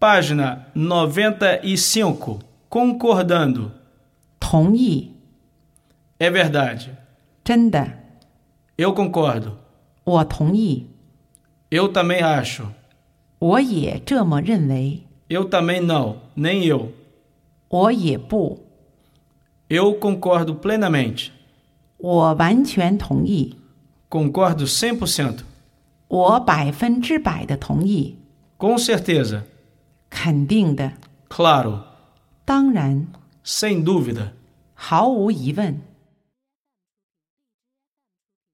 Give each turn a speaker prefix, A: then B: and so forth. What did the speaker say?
A: página 95. Concordando.
B: 同意，
A: É verdade.
B: 真的，
A: Eu concordo.
B: 我同意，
A: Eu também acho.
B: 我也这么认为，
A: Eu também não. Nem eu.
B: 我也不，
A: Eu concordo plenamente.
B: 我完全同意，
A: Concordo 100%.
B: 我百分之百的同意，
A: Com certeza.
B: 肯定的，
A: Claro.
B: 当然，
A: Sem dúvida.
B: 毫无疑问。